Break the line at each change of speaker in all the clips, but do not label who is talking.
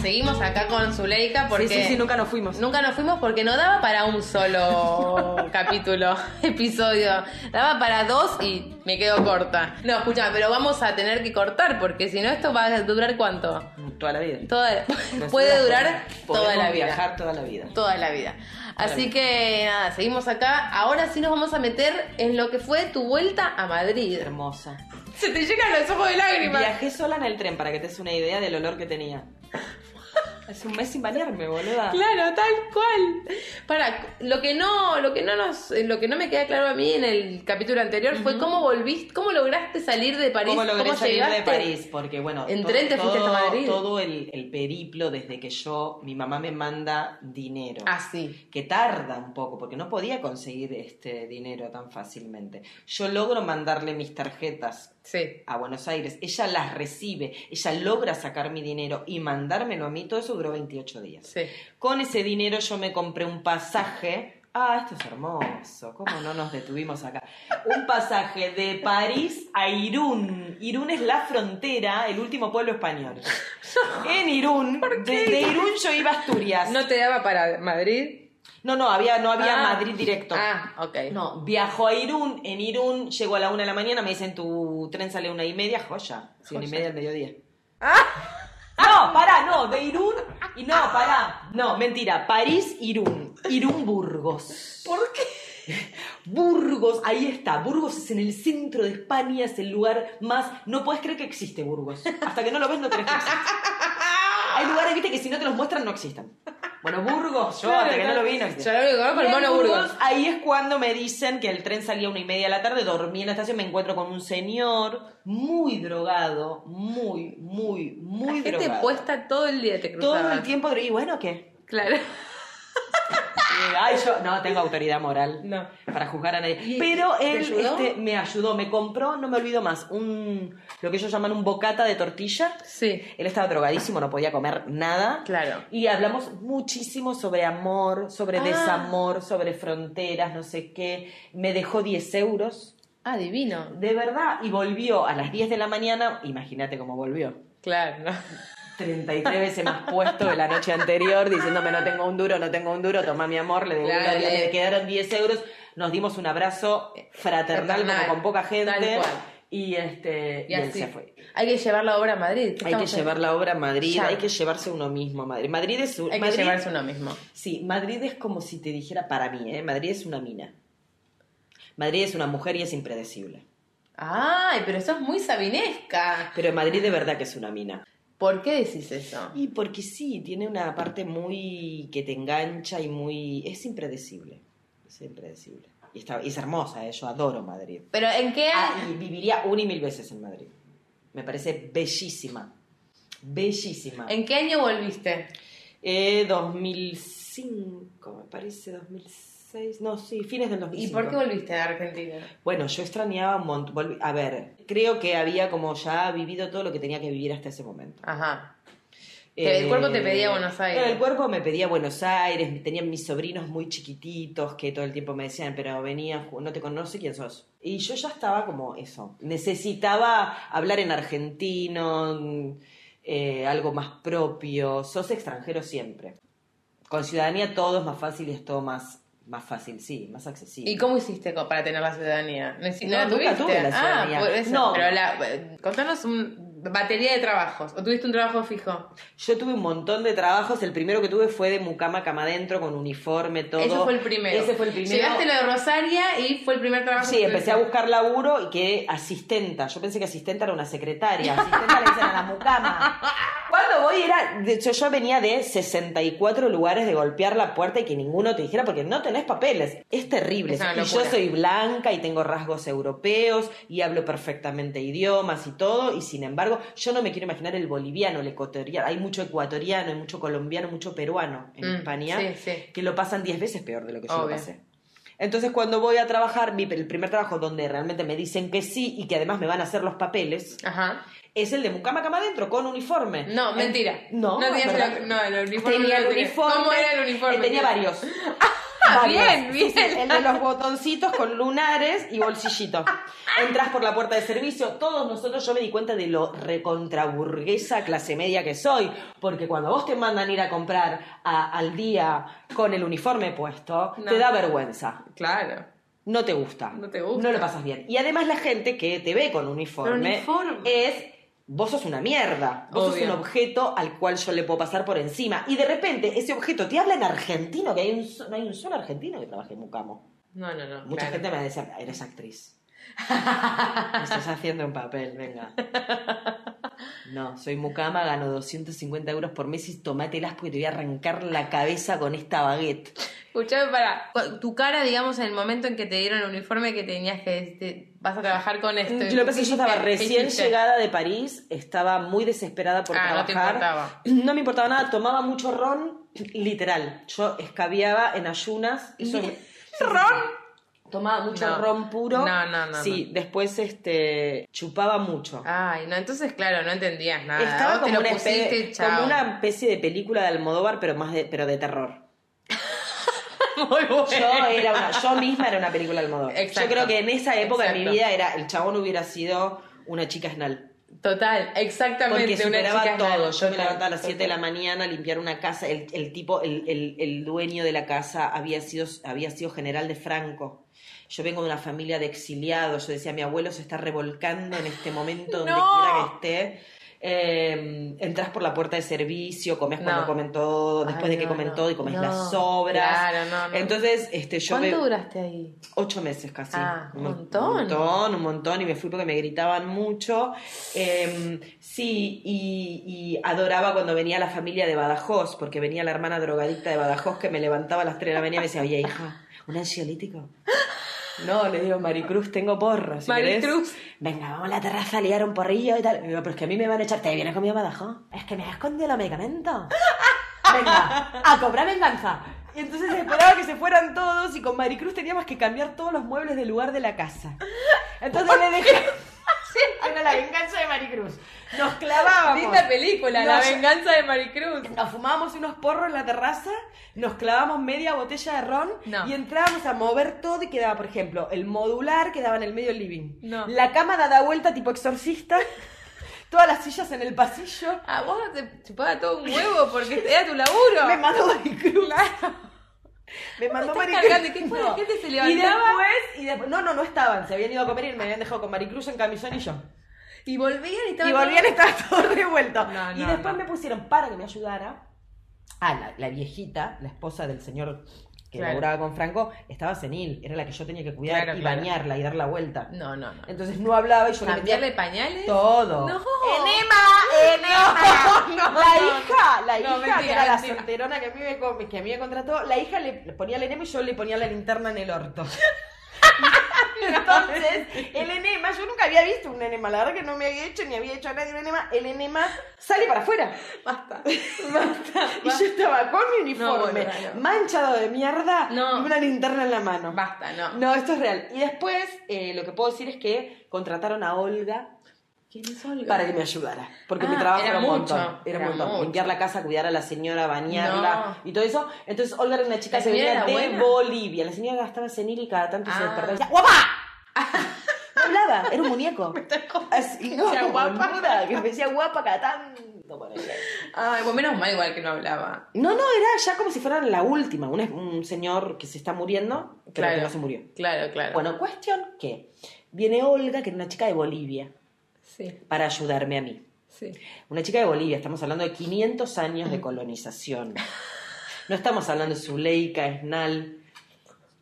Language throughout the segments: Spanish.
seguimos acá con Zuleika porque
Sí, sí, sí, nunca nos fuimos.
nunca nos fuimos porque no daba para un solo capítulo, episodio. Daba para dos y me quedo corta. No, escúchame, pero vamos a tener que cortar porque si no esto va a durar cuánto?
Toda la vida.
Toda,
Nosotras
puede durar
podemos-
toda la
podemos
vida.
viajar toda la vida.
Toda la vida. Así que nada, seguimos acá. Ahora sí nos vamos a meter en lo que fue tu vuelta a Madrid.
Hermosa.
Se te llenan los ojos de lágrimas.
Viajé sola en el tren para que te des una idea del olor que tenía. Hace un mes sin bañarme, boluda.
Claro, tal cual. Para, lo que no, lo que no nos, lo que no me queda claro a mí en el capítulo anterior fue cómo volviste, cómo lograste salir de París,
¿Cómo logré salir
llegaste?
de París? Porque bueno,
En
to-
tren te fuiste hasta
todo-
Madrid.
Todo el, el periplo desde que yo, mi mamá me manda dinero.
Ah, Así.
que tarda un poco, porque no podía conseguir este dinero tan fácilmente. Yo logro mandarle mis tarjetas
Sí.
a Buenos Aires, ella las recibe, ella logra sacar mi dinero y mandármelo a mí, todo eso duró 28 días.
Sí.
Con ese dinero yo me compré un pasaje. Ah, esto es hermoso. ¿Cómo no nos detuvimos acá? Un pasaje de París a Irún. Irún es la frontera, el último pueblo español. En Irún, desde Irún yo iba a Asturias.
¿No te daba para Madrid?
No, no, había, no había
Ah.
Madrid directo.
Ah, ok.
No, viajó a Irún, en Irún llego a la una de la mañana, me dicen tu tren sale a una y media, joya. Sí, una
Joya.
y
Ah.
media al mediodía. No, pará, no, de Irún y no, pará. No, mentira, París, Irún. Irún, Burgos.
¿Por qué?
Burgos, ahí está. Burgos es en el centro de España, es el lugar más. No puedes creer que existe Burgos. Hasta que no lo ves, no crees que existe. Hay lugares, viste, que si no te los muestran, no existen. Bueno, Burgos, yo hasta que no lo vi, no
Yo
existe.
lo único que conozco es
Y
el
en
mono Burgos.
Ahí es cuando me dicen que el tren salía a una y media de la tarde, dormí en la estación, me encuentro con un señor muy drogado, muy, muy,
La
muy
gente
drogado.
puesta todo el día te cruzaba.
Todo el tiempo, dro- y bueno, ¿qué?
Claro.
Eh, Ay, yo no tengo autoridad moral
No.
para juzgar a nadie.
¿Y
Pero
te
él
ayudó?
este, me ayudó, me compró, no me olvido más, un lo que ellos llaman un bocata de tortilla.
Sí.
Él estaba drogadísimo, no podía comer nada.
Claro.
Y hablamos muchísimo sobre amor, sobre
Ah.
desamor, sobre fronteras, no sé qué. Me dejó 10 euros,
Ah, divino.
de verdad, y volvió a las 10 de la mañana. Imagínate cómo volvió.
Claro.
33 veces más puesto de la noche anterior, diciéndome no tengo un duro, no tengo un duro, toma mi amor, le devuelvo,
Claro,
le
le-
quedaron 10 euros, nos dimos un abrazo fraternal,
Fraternal,
como con poca gente
tal cual.
y este
Y,
y, él
así.
se fue.
Hay que llevar la obra a Madrid. ¿Qué
Hay que
estamos
llevar la obra a Madrid,
Ya.
hay que llevarse uno mismo a Madrid. Madrid es un-
Hay que
Madrid-
llevarse uno mismo.
Sí, Madrid es como si te dijera para mí, ¿eh? Madrid es una mina. Madrid es una mujer y es impredecible.
Ay, pero sos muy sabinesca.
Pero Madrid de verdad que es una mina.
¿Por qué decís eso?
Y porque sí, tiene una parte muy que te engancha y muy... Es impredecible, es impredecible. Y, está, y es hermosa, ¿eh? yo adoro Madrid.
Pero ¿en qué
Ah, y viviría una y mil veces en Madrid. Me parece bellísima, bellísima.
en qué año volviste?
Eh, 2005, me parece, 2006, no, sí, fines del
¿Y
2005.
por qué volviste a Argentina?
Bueno, yo extrañaba un montón. volví- A ver, creo que había como ya vivido todo lo que tenía que vivir hasta ese momento.
Ajá. Que el cuerpo te pedía Buenos Aires.
El Eh, cuerpo me pedía Buenos Aires, tenían mis sobrinos muy chiquititos que todo el tiempo me decían, pero venía, no te conoce quién sos. Y yo ya estaba como eso. Necesitaba hablar en argentino, eh, algo más propio. Sos extranjero siempre. Con ciudadanía todo es más fácil y es todo más, más fácil, sí, más accesible.
¿Y cómo hiciste co- para tener la ciudadanía? No, hici-
No,
la
nunca
tuviste?
tuve la ciudadanía.
Ah, por eso.
No.
Pero la, eh, contanos un batería de trabajos. ¿O tuviste un trabajo fijo?
Yo tuve un montón de trabajos. El primero que tuve fue de mucama cama adentro, con uniforme, todo.
Ese fue el primero.
Ese fue el primero.
Llegaste a lo de Rosaria y fue el primer trabajo.
Sí,
que tuviste.
empecé a buscar laburo y quedé asistenta. Yo pensé que asistenta era una secretaria. Asistenta le dicen a la mucama. Cuando voy era... De hecho, yo venía de 64 lugares de golpear la puerta y que ninguno te dijera porque no tenés papeles. Es terrible.
Es una
y yo
locura.
soy blanca y tengo rasgos europeos y hablo perfectamente idiomas y todo. Y sin embargo, yo no me quiero imaginar el boliviano, el ecuatoriano. Hay mucho ecuatoriano, hay mucho colombiano, mucho peruano en
Mm,
España
sí, sí.
que lo pasan 10 veces peor de lo que yo lo
Obvio.
pasé. Entonces, cuando voy a trabajar, mi, el primer trabajo donde realmente me dicen que sí y que además me van a hacer los papeles,
Ajá.
es el de mucama cama adentro, con uniforme.
No, mentira.
No,
No, tenías
¿verdad?
el- no, el uniforme
Tenía
no
el
lo tenías.
uniforme.
¿Cómo era el uniforme?
Eh, Tenía varios.
Ah,
varios.
bien,
Sí, sí,
bien.
el de los botoncitos con lunares y bolsillito. Entras por la puerta de servicio. Todos nosotros, yo me di cuenta de lo recontraburguesa clase media que soy. Porque cuando vos te mandan ir a comprar a- al día con el uniforme puesto,
No.
te da vergüenza.
Claro.
No te gusta.
No te gusta.
No lo pasas bien. Y además la gente que te ve con uniforme,
Con uniforme.
es... Vos sos una mierda. Vos sos
Obvio.
un objeto al cual yo le puedo pasar por encima. Y de repente ese objeto te habla en argentino, que hay un, so- no hay un solo argentino que trabaje en Mucamo.
No, no, no.
Mucha
claro.
gente me decía, eres actriz. Me estás haciendo un papel, venga. No, soy mucama, gano 250 euros por mes y tomate el asco y te voy a arrancar la cabeza con esta baguette.
Escuchame para. cu- Tu cara, digamos, en el momento en que te dieron el uniforme que tenías que. este, vas a trabajar con esto.
Yo Mm, lo que pasa es que yo estaba
Este, ¿Qué
recién
hiciste?
llegada de París, estaba muy desesperada por
Ah, no
trabajar.
te importaba.
No me importaba nada, tomaba mucho ron, literal. Yo escabiaba en ayunas. Eso- sí, sí,
¿Ron?
sí. Tomaba mucho
No.
ron puro.
No, no, no,
Sí, después este, chupaba mucho.
Ay, no, entonces, claro, no entendías nada.
Estaba
Vos te
como
lo
una,
pusiste,
especie,
chao.
como una especie de película de Almodóvar, pero más de, pero de terror.
Muy buena.
Yo era una, yo misma era una película de Almodóvar.
Exacto.
Yo creo que en esa época de mi
Exacto.
vida era el chabón hubiera sido una chica esnal.
Total, exactamente.
Porque
una
superaba
chica
todo. Yo me
total,
levantaba a las 7 de la
total.
mañana a limpiar una casa. El, el tipo, el, el- el dueño de la casa había sido, había sido general de Franco. Yo vengo de una familia de exiliados. Yo decía, mi abuelo se está revolcando en este momento donde
¡No!
quiera que esté. Eh, entras por la puerta de servicio, comes
No.
cuando comen todo, después
Ay,
de que
no,
comen
no.
todo y comes
No,
las sobras.
claro, no, no.
Entonces, este, yo
¿Cuánto
veo-
duraste ahí?
Ocho meses casi.
Ah, un
mo-
montón.
Un montón, un montón. Y me fui porque me gritaban mucho. Eh, sí, y, y adoraba cuando venía la familia de Badajoz, porque venía la hermana drogadicta de Badajoz que me levantaba a las tres de la mañana y me decía, oye, hija, ¿un ansiolítico? No, le digo, Maricruz, tengo porro. Si querés".
Maricruz.
Venga, vamos a la terraza a liar un porrillo y tal. Y digo, pero es que a mí me van a echar, ¿te vienes conmigo a Badajoz? Es que me has escondido los medicamentos. Venga, a cobrar venganza. Y entonces esperaba que se fueran todos y con Maricruz teníamos que cambiar todos los muebles del lugar de la casa. Entonces le dejé. Era la venganza de Maricruz. Nos clavábamos.
Linda película, La
No, yo-
venganza de Maricruz.
Nos fumábamos unos porros en la terraza, nos clavábamos media botella de ron
No.
y entrábamos a mover todo y quedaba, por ejemplo, el modular quedaba en el medio del living.
No.
La cama dada vuelta tipo exorcista, todas las sillas en el pasillo.
A vos te chupaba todo un huevo porque era tu laburo.
Me mandó Maricruz. Me mandó
Estás
Maricruz.
cargando, ¿qué fue? La gente se
Y
levantaba. pues.
después, y después- no, no, no estaban, se habían ido a comer y me habían dejado con Maricruz en camisón y yo.
Y volvían y estaban.
Y volvían a estar todo revuelto.
No,
y
no, no.
después me pusieron para que me ayudara. Ah, la, la viejita, la esposa del señor que
Claro.
laburaba con Franco, estaba senil. Era la que yo tenía que cuidar
Claro,
y
claro.
bañarla y dar la vuelta.
No, no, no.
Entonces no hablaba y yo le metía
¿Cambiarle pañales?
todo.
No.
¡Enema!
No, no,
la
no.
hija,
No,
la hija que
mentira,
era la
mentira.
solterona que a, mí me, co- que a mí me contrató, la hija le le ponía el enema y yo le ponía la linterna en el orto. Entonces, el enema, yo nunca había visto un enema, la verdad que no me había hecho ni había hecho a nadie un enema, el enema sale para afuera.
Basta.
Y yo estaba con mi
No, bueno,
uniforme,
claro.
manchado de mierda
No.
y una linterna en la mano.
Basta, no.
No, esto es real. Y después, eh, lo que puedo decir es que contrataron a Olga
¿Quién es Olga?
para que me ayudara. Porque
Ah,
mi trabajo
era
era, un
mucho,
montón.
era
Era, un montón.
mucho.
Limpiar la casa, cuidar a la señora, bañarla y todo eso. Entonces Olga era una chica
¿La
que
señora
venía
era
de
buena?
Bolivia. La señora estaba senil y cada tanto se
Ah.
despertaba y decía ¡Guapa! No hablaba, era un muñeco. Así, no,
Decía, "Guapa".
boluda, que me decía guapa cada tanto. ponele.
Ay, bueno, menos mal igual que no hablaba.
No, no, era ya como si fueran la última. Un, un señor que se está muriendo, pero
Claro.
que no se murió.
Claro, claro.
Bueno, cuestión que viene Olga, que era una chica de Bolivia,
Sí,
para ayudarme a mí.
sí.
Una chica de Bolivia, estamos hablando de 500 años de colonización. No estamos hablando de Zuleika, Esnal,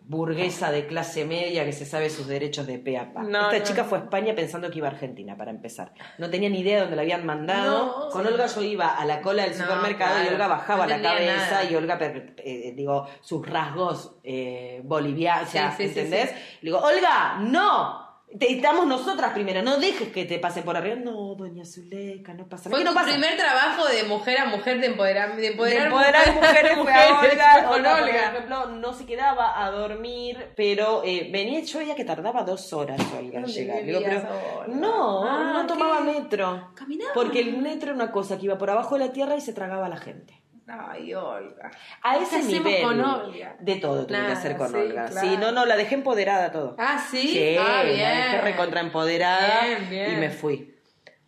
burguesa de clase media que se sabe sus derechos de peapa.
No,
Esta
no.
chica fue a España pensando que iba a Argentina, para empezar. No tenía ni idea de dónde la habían mandado.
No.
Con Olga yo iba a la cola del
No,
supermercado y
claro.
Olga bajaba
No
la
entendía
cabeza
nada.
y Olga, per- eh, digo, sus rasgos eh, bolivianos, o sea,
Sí, sí, sí,
¿entendés? Le digo, Olga, no. Te estamos nosotras primero, no dejes que te pase por arriba. No, doña Zuleika, no pasa nada.
Fue
¿Qué
tu
no pasa?
primer trabajo de mujer a mujer de empoderar, de
De
empoderar,
empoderar mujeres, fue a Olga,
fue con
Olga,
Olga.
por ejemplo, no se quedaba a dormir, pero eh, venía yo veía que tardaba dos horas Olga en
¿Dónde
llegar.
vivías,
Digo, pero-
Olga?
no,
Ah,
no tomaba
¿qué?
metro.
Caminaba.
Porque el metro era una cosa que iba por abajo de la tierra y se tragaba a la gente.
Ay, Olga.
A
¿Qué
ese
hacemos
nivel
con Olga?
de todo tuve que
Nada,
hacer con
sí,
Olga.
claro.
Sí, no, no, la dejé empoderada a todo.
Ah, sí.
Sí,
ah,
la dejé
bien.
recontraempoderada
Bien, bien.
y me fui.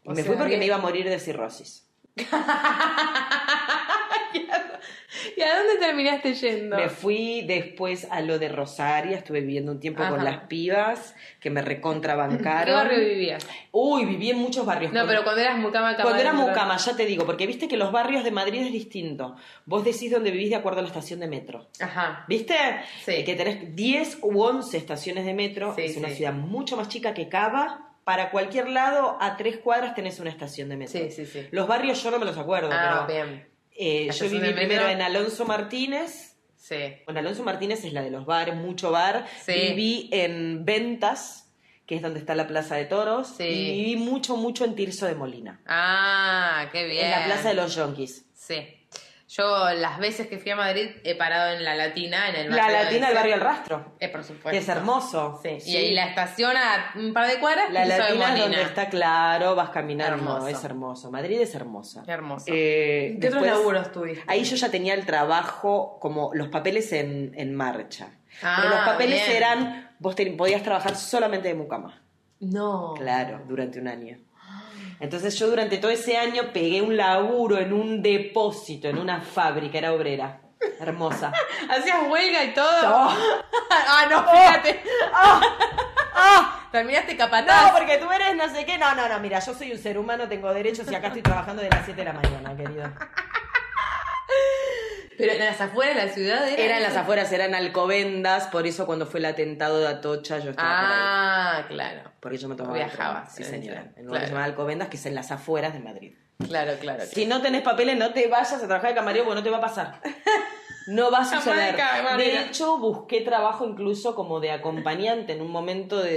Y
O
me
sea,
fui porque
bien.
me iba a morir de cirrosis.
¿Y a dónde terminaste yendo?
Me fui después a lo de Rosaria, estuve viviendo un tiempo
Ajá.
con las pibas que me
¿Qué
recontrabancaron.
barrio vivías?
Uy, viví en muchos barrios.
No,
Con-
pero cuando eras mucama
Cuando era
Camargo.
mucama, ya te digo, porque viste que los barrios de Madrid es distinto. Vos decís dónde vivís de acuerdo a la estación de metro.
Ajá.
¿Viste?
Sí.
Que tenés 10 u 11 estaciones de metro.
Sí,
es una
sí.
ciudad mucho más chica que Cava. Para cualquier lado, a tres cuadras tenés una estación de metro.
Sí, sí, sí.
Los barrios yo no me los acuerdo,
Ah,
pero
bien.
eh, yo
Estación
viví
de metro.
primero en Alonso Martínez.
Sí.
Bueno, Alonso Martínez es la de los bares, mucho bar.
Sí.
Viví en Ventas, que es donde está la Plaza de Toros.
Sí.
Y viví mucho, mucho en Tirso de Molina.
Ah, qué bien.
En la Plaza de los Yonkis.
Sí. Yo las veces que fui a Madrid he parado en la Latina, en el
La
barrio de
Latina del
Vicente.
Barrio El Rastro.
Eh, por supuesto.
Que es hermoso.
Sí.
Sí.
Y ahí la estación a un par de cuadras.
La
y soy
Latina es
Molina.
donde está claro, vas caminando.
Hermoso.
Es hermoso. Madrid es hermosa.
Qué hermoso.
Eh,
¿Qué otros
después-
laburos tuviste?
Ahí yo ya tenía el trabajo, como los papeles en, en marcha.
Ah,
Pero los papeles
bien.
eran, vos te- podías trabajar solamente de mucama.
No.
Claro, durante un año. Entonces yo durante todo ese año pegué un laburo en un depósito, en una fábrica, era obrera. Hermosa.
¿Hacías huelga y todo?
No.
ah, no, fíjate.
Ah,
Terminaste capataz.
No, porque tú eres no sé qué. No, no, no, mira, yo soy un ser humano, tengo derechos y acá estoy trabajando de las 7 de la mañana, querido.
Pero en las afueras de la ciudad era.
Eran las
eso?
afueras, eran alcobendas, por eso cuando fue el atentado de Atocha yo estaba por ahí.
Ah, claro.
Porque yo me tomaba
Viajaba,
el tren,
en
sí
el
señora.
tren,
En un lugar
claro.
que se llama Alcobendas, que es en las afueras de Madrid.
Claro, claro.
Si no tenés papeles, no te vayas a trabajar de camarero porque no te va a pasar. No va a
Jamás
suceder.
de camarera.
De hecho, busqué trabajo incluso como de acompañante en un momento de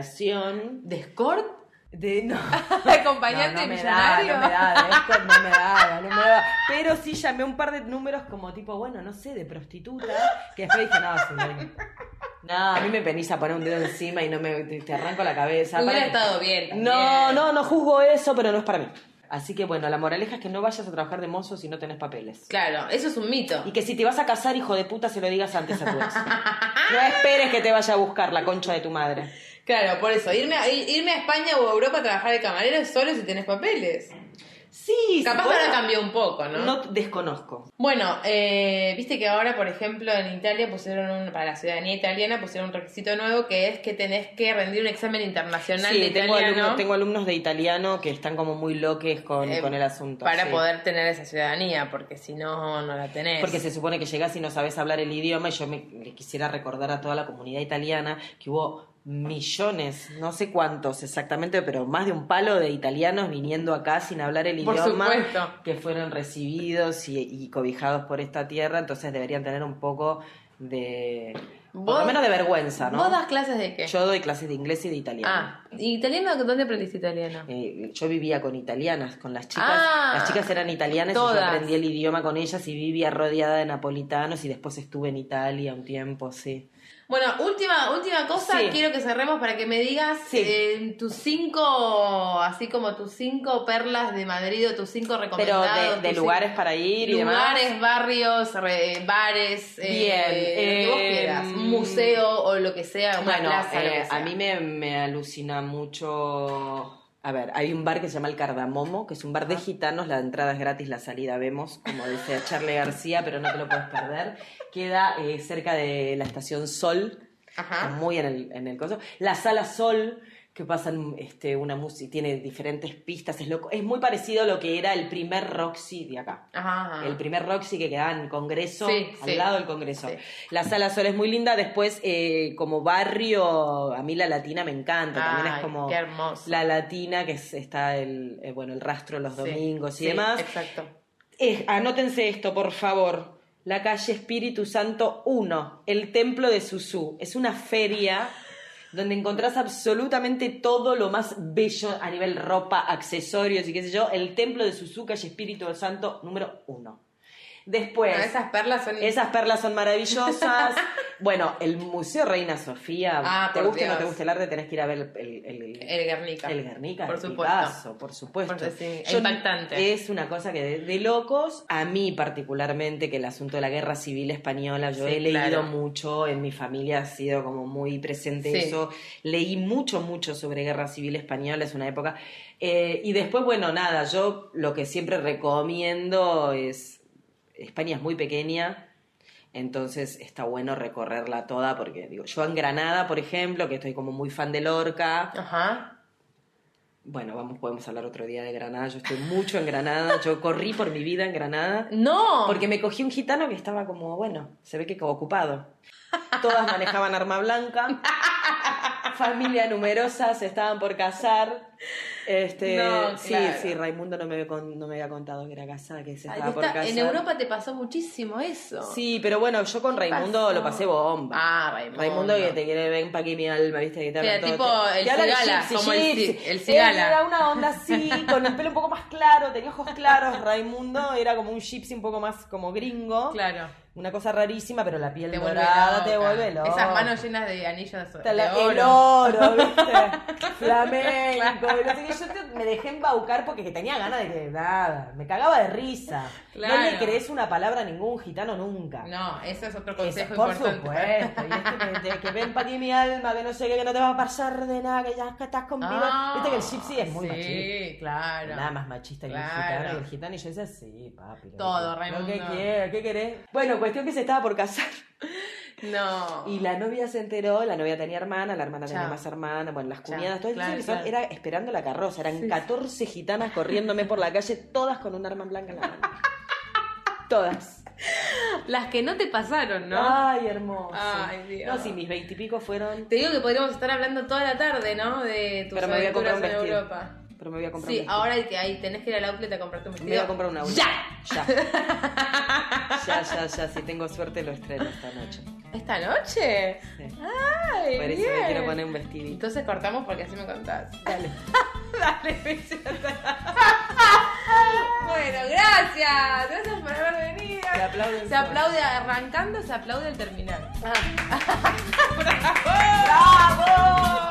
desesperación.
¿Descort?
De no.
¿Acompañante
no, no me da,
millonario?
no me da, de escort no me da, no me da. Pero sí llamé un par de números como tipo, bueno, no sé, de prostituta, que después dije, no, sí, no. No, a mí me peniza poner un dedo encima y no me te, te arranco la cabeza.
Hubiera
Para-
estado bien.
no,
también.
no, no juzgo eso, pero no es para mí. Así que bueno, la moraleja es que no vayas a trabajar de mozo si no tenés papeles.
Claro, eso es un mito.
Y que si te vas a casar, hijo de puta, se lo digas antes a tu ex. No esperes que te vaya a buscar la concha de tu madre.
Claro, por eso. Irme a, ir- irme a España o a Europa a trabajar de camarero es solo si tenés papeles.
Sí,
Capaz
si
ahora
puedo-
cambió un poco, ¿no?
No desconozco.
Bueno, eh, viste que ahora, por ejemplo, en Italia pusieron, un- para la ciudadanía italiana, pusieron un requisito nuevo que es que tenés que rendir un examen internacional de
Sí, tengo
italiano
alumnos, tengo alumnos de italiano que están como muy loques con,
eh,
con el asunto.
para
sí.
poder tener esa ciudadanía, porque si no, no la tenés.
Porque se supone que llegás y no sabes hablar el idioma y yo me, le quisiera recordar a toda la comunidad italiana que hubo millones, no sé cuántos exactamente, pero más de un palo de italianos viniendo acá sin hablar el
Por
idioma,
supuesto.
que fueron recibidos y, y cobijados por esta tierra, entonces deberían tener un poco de, por
Vos-
lo menos de vergüenza,
¿Vos
¿no?
das clases de qué?
Yo doy clases de inglés y de italiano.
Ah, ¿y ¿italiano? ¿Dónde aprendiste italiano?
Eh, yo vivía con italianas, con las chicas.
Ah.
las chicas eran italianas y yo
Todas.
aprendí el idioma con ellas y vivía rodeada de napolitanos y después estuve en Italia un tiempo, sí.
Bueno, última, última cosa,
Sí.
quiero que cerremos para que me digas
Sí.
eh, tus cinco, así como tus cinco perlas de Madrid o tus cinco
Pero
recomendados.
de, de
tus
lugares para
cinco-
ir y demás.
lugares, barrios, re- bares, eh,
Bien,
lo que vos
eh,
quieras, un museo o lo que sea, una
Bueno,
plaza, lo
eh,
que sea.
a mí me, me alucina mucho. A ver, hay un bar que se llama El Cardamomo, que es un bar
Ah.
de gitanos, la entrada es gratis, la salida vemos, como dice Charlie García, pero no te lo puedes perder. Queda eh, cerca de la estación Sol, Está
Ajá.
muy en el, en el coso. La sala sol, que pasan este, una música, tiene diferentes pistas, es loco. Es muy parecido a lo que era el primer Roxy de acá.
Ajá, ajá.
El primer Roxy que quedaba en Congreso,
Ah. Sí,
al
sí.
lado del Congreso.
Sí.
La sala sol es muy linda. Después, eh, como barrio, a mí la latina me encanta. También
Ay,
es como
qué hermoso.
la latina, que es- está el, eh, bueno, el rastro los
Sí,
domingos y
sí,
demás.
Exacto.
Es- anótense esto, por favor. La calle Espíritu Santo 1, el templo de Susú. Es una feria donde encontrás absolutamente todo lo más bello a nivel ropa, accesorios y qué sé yo. El templo de Susú, calle Espíritu Santo número 1. Después,
No, Ah, esas perlas son.
esas perlas son maravillosas. bueno, el Museo Reina Sofía,
Ah,
te
por
guste o no
Dios.
te guste el arte, tenés que ir a ver el, el- el-
El Guernica.
el Guernica,
Por
de
supuesto.
Picasso, por supuesto.
Por- sí,
Yo-
impactante.
Es una cosa que de, de locos, a mí particularmente, que el asunto de la guerra civil española, yo
Sí,
he leído
claro.
mucho, en mi familia ha sido como muy presente
Sí.
eso. Leí mucho, mucho sobre guerra civil española, es una época. Eh, y después, bueno, nada, yo lo que siempre recomiendo es. España es muy pequeña. Entonces está bueno recorrerla toda porque digo, yo en Granada, por ejemplo, que estoy como muy fan de Lorca,
Ajá.
bueno, vamos, podemos hablar otro día de Granada. Yo estoy mucho en Granada. Yo corrí por mi vida en Granada.
No.
Porque me cogí un gitano que estaba como, bueno, se ve que como ocupado. Todas manejaban arma blanca. Familia numerosa, se estaban por casar. Este,
No,
sí,
claro.
sí, Raimundo no me, había con- no me había contado que era casada, que se
Ahí
estaba por
está,
casar.
en Europa te pasó muchísimo eso.
Ah, Sí, pero bueno, yo con Raimundo
pasó?
lo pasé bomba.
Ah, Raimundo.
Raimundo que te quiere ven pa' aquí mi alma, viste que te
Era
hablan todo-
tipo
te-
el
te hablan
cigala,
gypsy,
como el ci-
gypsy.
el cigala.
Era una onda así, con el pelo un poco más claro, tenía ojos claros. Raimundo era como un gypsy un poco más como gringo.
Claro.
Una cosa rarísima, pero la piel
Te vuelve
dorada
loca.
te vuelve loca.
Esas manos llenas de anillos
Hasta
de
la- el
oro.
oro, ¿viste? Flamenco. y no sé qué. Yo te- me dejé embaucar porque que tenía ganas de que nada. Me cagaba de risa. No le
Claro.
crees una palabra a ningún gitano nunca.
No, eso es otro
Eso,
consejo
por
importante.
supuesto. Y este que, de que ven para ti mi alma, que no sé qué, que no te va a pasar de nada, que ya es que estás conmigo.
Ah,
Viste que el gypsy es muy
sí,
machista.
claro.
Nada más machista que el
Claro.
gitano. Y el gitano, y yo decía, sí, papi. lo
Todo,
que- lo
Raimundo.
que quieras, ¿Qué querés? Bueno, cuestión que se estaba por casar.
No.
Y la novia se enteró, la novia tenía hermana, la hermana tenía
Chao.
más hermana, bueno, las
Chao,
cuñadas, todas
claro,
dicen que son-
claro.
era esperando la carroza, eran 14 gitanas corriéndome por la calle, todas con un arma en blanca en la mano. todas.
Las que no te pasaron, ¿no?
Ay, hermoso.
Ay, Dios.
No, si mis veintipico fueron.
Te digo que podríamos estar hablando toda la tarde, ¿no? De tus
Pero me voy a comprar
aventuras
un
en
vestido.
Europa.
Pero me voy a comprar
Sí,
un vestido.
ahora hay que, ahí tenés que ir al outlet a comprarte un
Me
vestido.
voy a comprar una última.
¡Ya!
Ya. Ya, ya, ya. Si tengo suerte, lo estreno esta noche.
¿Esta noche?
Sí.
¡Ay!
Por eso
bien.
me quiero poner un vestidito.
Entonces cortamos porque así me contás.
Dale.
Dale, bellota. bueno, gracias. Gracias por haber venido.
Se aplauden
Se aplaude arrancando, se aplaude al terminar.
Ah. ¡Bravo!